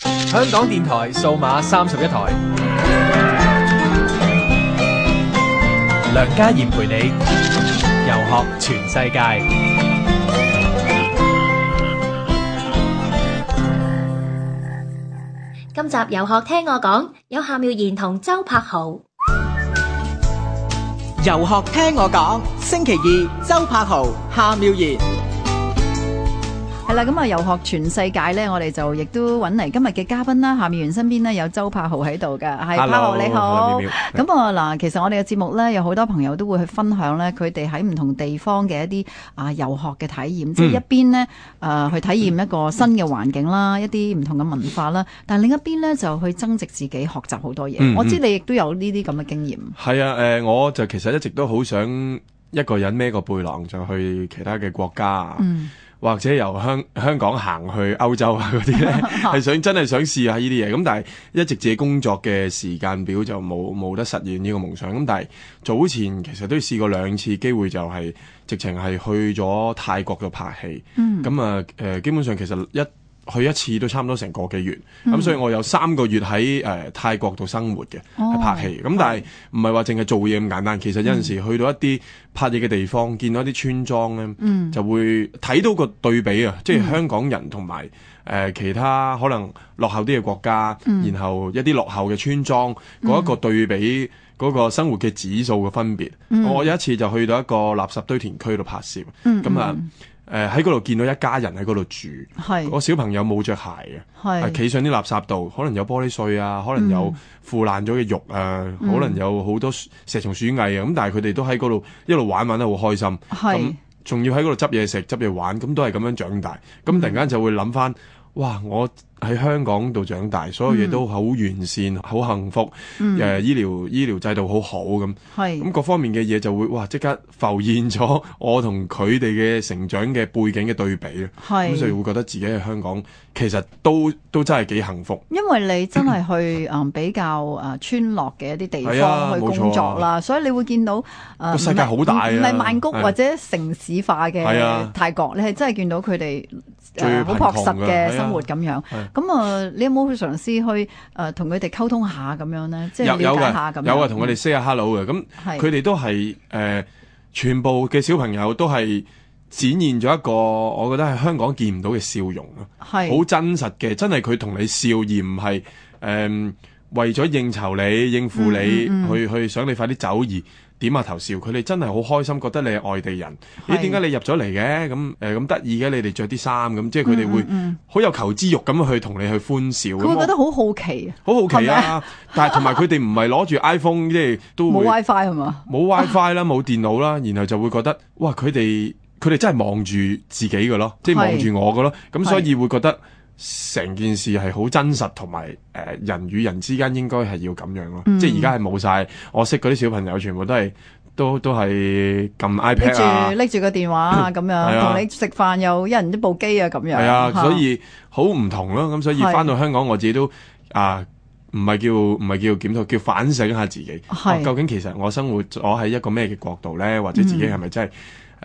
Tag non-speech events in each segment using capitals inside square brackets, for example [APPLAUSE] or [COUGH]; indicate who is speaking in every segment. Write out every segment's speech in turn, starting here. Speaker 1: 香港電台數碼三十一台，梁家賢陪你遊學全世界。
Speaker 2: 今集遊學聽我講，有夏妙賢同周柏豪。
Speaker 3: 游學聽我講，星期二周柏豪、夏妙然。
Speaker 4: 係啦，咁啊，遊學全世界咧，我哋就亦都揾嚟今日嘅嘉賓啦。夏妙然身邊咧有周柏豪喺度噶，係柏
Speaker 5: Hello，
Speaker 4: 豪你好。
Speaker 5: Hello，妙妙
Speaker 4: 咁啊嗱，其實我哋嘅節目咧，有好多朋友都會去分享咧，佢哋喺唔同地方嘅一啲啊遊學嘅體
Speaker 5: 嗯
Speaker 4: 驗，即係一邊呢，誒、啊去體驗一個新嘅環境啦，一啲唔同嘅文化啦，但係另一邊咧就去增值自己，學習好多嘢。
Speaker 5: 嗯嗯
Speaker 4: 我知你亦都有呢啲咁嘅經驗。
Speaker 5: 係啊，誒、我就其實一直都好想一個人孭個背囊就去其他嘅國家啊，
Speaker 4: 嗯
Speaker 5: 或者由香香港行去歐洲啊嗰啲咧，係想真係想試下呢啲嘢。咁但係一直自己工作嘅時間表就冇冇得實現呢個夢想。咁但係早前其實都試過兩次機會，就係直情係去咗泰國度拍戲。咁啊誒，基本上其實一去一次都差唔多成個幾月，咁、所以我有三個月喺誒、呃泰國度生活嘅，係拍戲。咁但係唔係話淨係做嘢咁簡單，其實有陣時去到一啲拍嘢嘅地方，見到一啲村莊咧，就會睇到個對比啊，即係香港人同埋誒其他可能落後啲嘅國家，然後一啲落後嘅村莊嗰一個對比。嗰個生活嘅指數嘅分別，我有一次就去到一個垃圾堆填區度拍攝，
Speaker 4: 嗯
Speaker 5: 咁啊誒喺嗰度見到一家人喺嗰度啊住，
Speaker 4: 嗯係
Speaker 5: 個小朋友冇着鞋嘅，係
Speaker 4: 係
Speaker 5: 企上啲垃圾度，可能有玻璃碎啊，可能有腐爛咗嘅肉啊，可能有好多蛇蟲鼠蟻啊，咁但係佢哋都喺嗰度一路玩玩得好開心，咁
Speaker 4: 係
Speaker 5: 仲要喺嗰度執嘢食、執嘢玩，咁都係咁樣長大，咁突然間就會諗翻。哇！我喺香港度長大，所有嘢都好完善、好幸福，誒、醫療醫療制度好好咁，
Speaker 4: 嗯係
Speaker 5: 咁各方面嘅嘢就會哇即刻浮現咗我同佢哋嘅成長嘅背景嘅對比啊！咁所以
Speaker 4: 係。
Speaker 5: 會覺得自己喺香港其實都都真係幾幸福。
Speaker 4: 因為你真係
Speaker 5: [CLEARS THROAT]
Speaker 4: 去誒比較誒村落嘅一啲地
Speaker 5: 係啊
Speaker 4: 方去工作啦，所以你會見到誒
Speaker 5: 個世界好大啊
Speaker 4: 唔係唔係曼谷
Speaker 5: 係
Speaker 4: 或者城市化
Speaker 5: 係
Speaker 4: 嘅
Speaker 5: 啊
Speaker 4: 泰國，你係真係見到佢哋
Speaker 5: 最
Speaker 4: 誒好
Speaker 5: 貧
Speaker 4: 樸實
Speaker 5: 窮嘅係
Speaker 4: 嘅
Speaker 5: 啊
Speaker 4: 生活咁樣
Speaker 5: 係。
Speaker 4: 咁啊，你有冇嘗試去誒同佢哋溝通下咁樣咧？即係
Speaker 5: 有有
Speaker 4: 了解下咁嗯
Speaker 5: 嘅
Speaker 4: 樣。
Speaker 5: 有啊，同佢哋 say 下 hello 嘅。咁
Speaker 4: 係
Speaker 5: 佢哋都係誒、呃全部嘅小朋友都係展現咗一個我覺得係香港見唔到嘅笑容咯，好
Speaker 4: 係
Speaker 5: 真實嘅，真係佢同你笑而唔係誒為咗應酬你、應付你，去去想你快啲走而。點下頭笑，佢哋真係好開心，覺得你係外地人。咦？
Speaker 4: 係
Speaker 5: 點解你入咗嚟嘅？咁誒咁得意嘅，你哋着啲衫咁，即係佢哋會好有求知欲咁去同你去歡笑。
Speaker 4: 嗯佢
Speaker 5: 咁
Speaker 4: 會
Speaker 5: 我
Speaker 4: 覺得好好奇，
Speaker 5: 好好奇啊！但係同埋佢哋唔係攞住 iPhone，即係都
Speaker 4: 冇
Speaker 5: 會
Speaker 4: WiFi 係嘛？
Speaker 5: 冇 WiFi 啦，冇電腦啦，然後就會覺得哇！佢哋佢哋真係望住自己嘅咯，即係望住我嘅咯，咁所以會覺得成件事係好真實，同埋誒人與人之間應該係要咁樣咯。
Speaker 4: 嗯
Speaker 5: 即係而家係冇晒，我識嗰啲小朋友全部都係都都係撳
Speaker 4: 拎
Speaker 5: iPad 啊
Speaker 4: 住。拎住個電話啊咁
Speaker 5: 係
Speaker 4: 樣，
Speaker 5: 啊
Speaker 4: 同你食飯又一人一部機啊咁樣。
Speaker 5: 係啊，
Speaker 4: 嚇
Speaker 5: 所以好唔同咯。咁所以
Speaker 4: 係
Speaker 5: 翻到香港，我自己都啊，唔係叫唔係叫檢討，叫反省下自己。
Speaker 4: 係
Speaker 5: 啊究竟其實我生活我喺一個咩嘅角度咧，或者自
Speaker 4: 嗯
Speaker 5: 己係咪真係誒、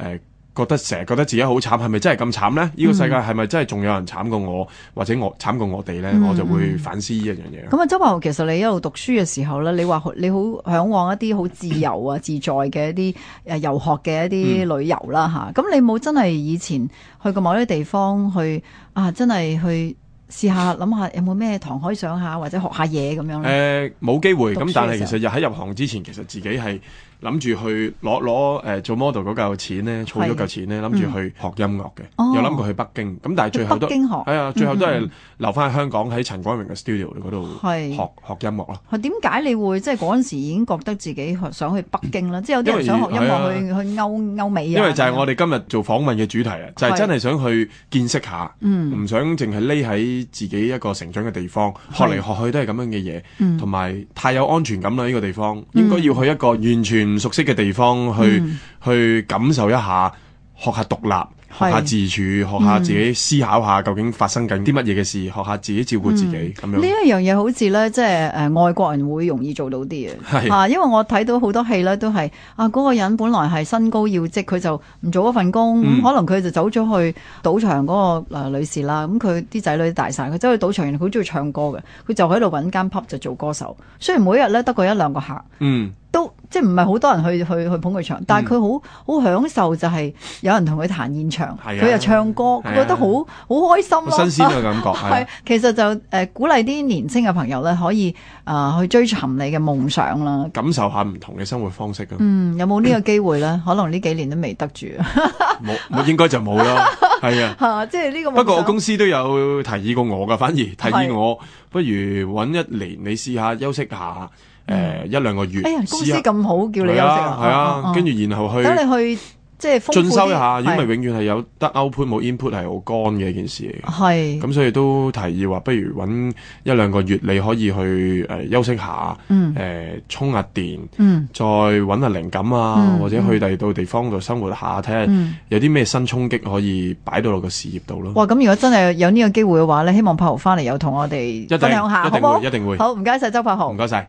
Speaker 5: 呃、覺得成日覺得自己好慘，係咪真係咁慘咧？呢、個世界係咪真係仲有人慘過我，或者我慘過我哋咧？
Speaker 4: 嗯
Speaker 5: 我就會反思呢一樣嘢咯。
Speaker 4: 咁啊，周柏豪，其實你一路讀書嘅時候咧，你話好你好向往一啲好自由
Speaker 5: [LAUGHS]
Speaker 4: 啊、自在嘅一啲誒遊學嘅一
Speaker 5: 嗯
Speaker 4: 啲旅遊啦吓，咁、你冇真係以前去過某啲地方去啊，真係去試下諗下有冇咩堂可以上下或者學下嘢咁樣咧？
Speaker 5: 誒冇機會
Speaker 4: 讀
Speaker 5: 咁
Speaker 4: 書，
Speaker 5: 但
Speaker 4: 嘅
Speaker 5: 係
Speaker 4: 時候
Speaker 5: 其實又喺入行之前，其實自己係諗住去攞
Speaker 4: 哦
Speaker 5: 攞誒做 model 嗰嚿錢咧，儲咗嚿錢咧，諗住去學音樂嘅，
Speaker 4: 嗯哦
Speaker 5: 有諗過去北京，咁但係最後都
Speaker 4: 去北京學
Speaker 5: 係啊，最後都係留翻喺香港喺陳光榮嘅 studio 嗰度
Speaker 4: 嗯係
Speaker 5: 學學音樂咯。
Speaker 4: 係哦點解你會即係嗰陣時已經覺得自己想去北京啦？即係有啲人
Speaker 5: 因為
Speaker 4: 想學音樂去
Speaker 5: 係
Speaker 4: 去歐歐美啊？
Speaker 5: 因為就係我哋今日做訪問嘅主題啊，就係、
Speaker 4: 係
Speaker 5: 真係想去見識下，唔、
Speaker 4: 嗯
Speaker 5: 想淨係匿喺自己一個成長嘅地方，學嚟學去都係咁樣嘅嘢，同埋、太有安全感啦呢、個地方，應該要去一個完全唔熟悉嘅地方去、去感受一下。學下獨立，學下自處，學下自己思考下究竟發生緊啲乜嘢嘅事，學下自己照顧自己咁、
Speaker 4: 呢
Speaker 5: 樣。
Speaker 4: 一樣嘢好似咧，即係誒外國人會容易做到啲嘅，
Speaker 5: 係
Speaker 4: 啊，因為我睇到好多戲咧都係啊嗰、個人本來係身高要職，佢就唔做嗰份工，咁
Speaker 5: 嗯
Speaker 4: 可能佢就走咗去賭場嗰、個、呃、女士啦，咁佢啲仔女大晒，佢走去賭場，原來佢好中意唱歌嘅，佢就喺度揾間 pub 就做歌手，雖然每日咧得個一兩個客。
Speaker 5: 嗯，
Speaker 4: 都即係唔係好多人去去去捧佢場，但係佢好好享受就係有人同佢彈現場，
Speaker 5: 係啊
Speaker 4: 佢又唱歌，佢
Speaker 5: 係啊
Speaker 4: 覺得好好開心
Speaker 5: 好
Speaker 4: 咯。
Speaker 5: 新鮮嘅感
Speaker 4: [LAUGHS]
Speaker 5: 覺係
Speaker 4: 哦係
Speaker 5: 啊。
Speaker 4: 其實就誒、呃鼓勵啲年青嘅朋友咧，可以啊、呃去追尋你嘅夢想啦。
Speaker 5: 感受下唔同嘅生活方式咁，
Speaker 4: 嗯，有冇呢個機會咧？可能呢幾年都未得 [LAUGHS] 住
Speaker 5: 冇冇應該就冇啦，係啊。
Speaker 4: 嚇，即係呢個夢想。
Speaker 5: 不過我公司都有提議過我噶，反而提
Speaker 4: 係
Speaker 5: 議我不如揾一年你試下休息下，誒一兩個月，
Speaker 4: 哎呀，公司
Speaker 5: 試下
Speaker 4: 咁好叫你休息啊，
Speaker 5: 係啊，跟住然後去
Speaker 4: 等你去即係豐富啲
Speaker 5: 進修一下，因
Speaker 4: 係
Speaker 5: 為永遠係有得 output 冇 input 係好乾嘅一件事嚟嘅。
Speaker 4: 係
Speaker 5: 咁所以都提議話，不如揾一兩個月你可以去誒、呃休息下，
Speaker 4: 嗯
Speaker 5: 誒充下電，
Speaker 4: 嗯
Speaker 5: 再揾下靈感啊，
Speaker 4: 嗯
Speaker 5: 或者去第二度地方度生活下，睇下
Speaker 4: 嗯。
Speaker 5: 有啲咩新衝擊可以擺到落個事業度咯。
Speaker 4: 哇！咁如果真係有呢個機會嘅話咧，希望柏豪翻嚟有同我哋
Speaker 5: 一定
Speaker 4: 分享下，
Speaker 5: 一定
Speaker 4: 好唔好？
Speaker 5: 會一定會
Speaker 4: 好，唔該晒周柏豪
Speaker 5: 唔。該晒。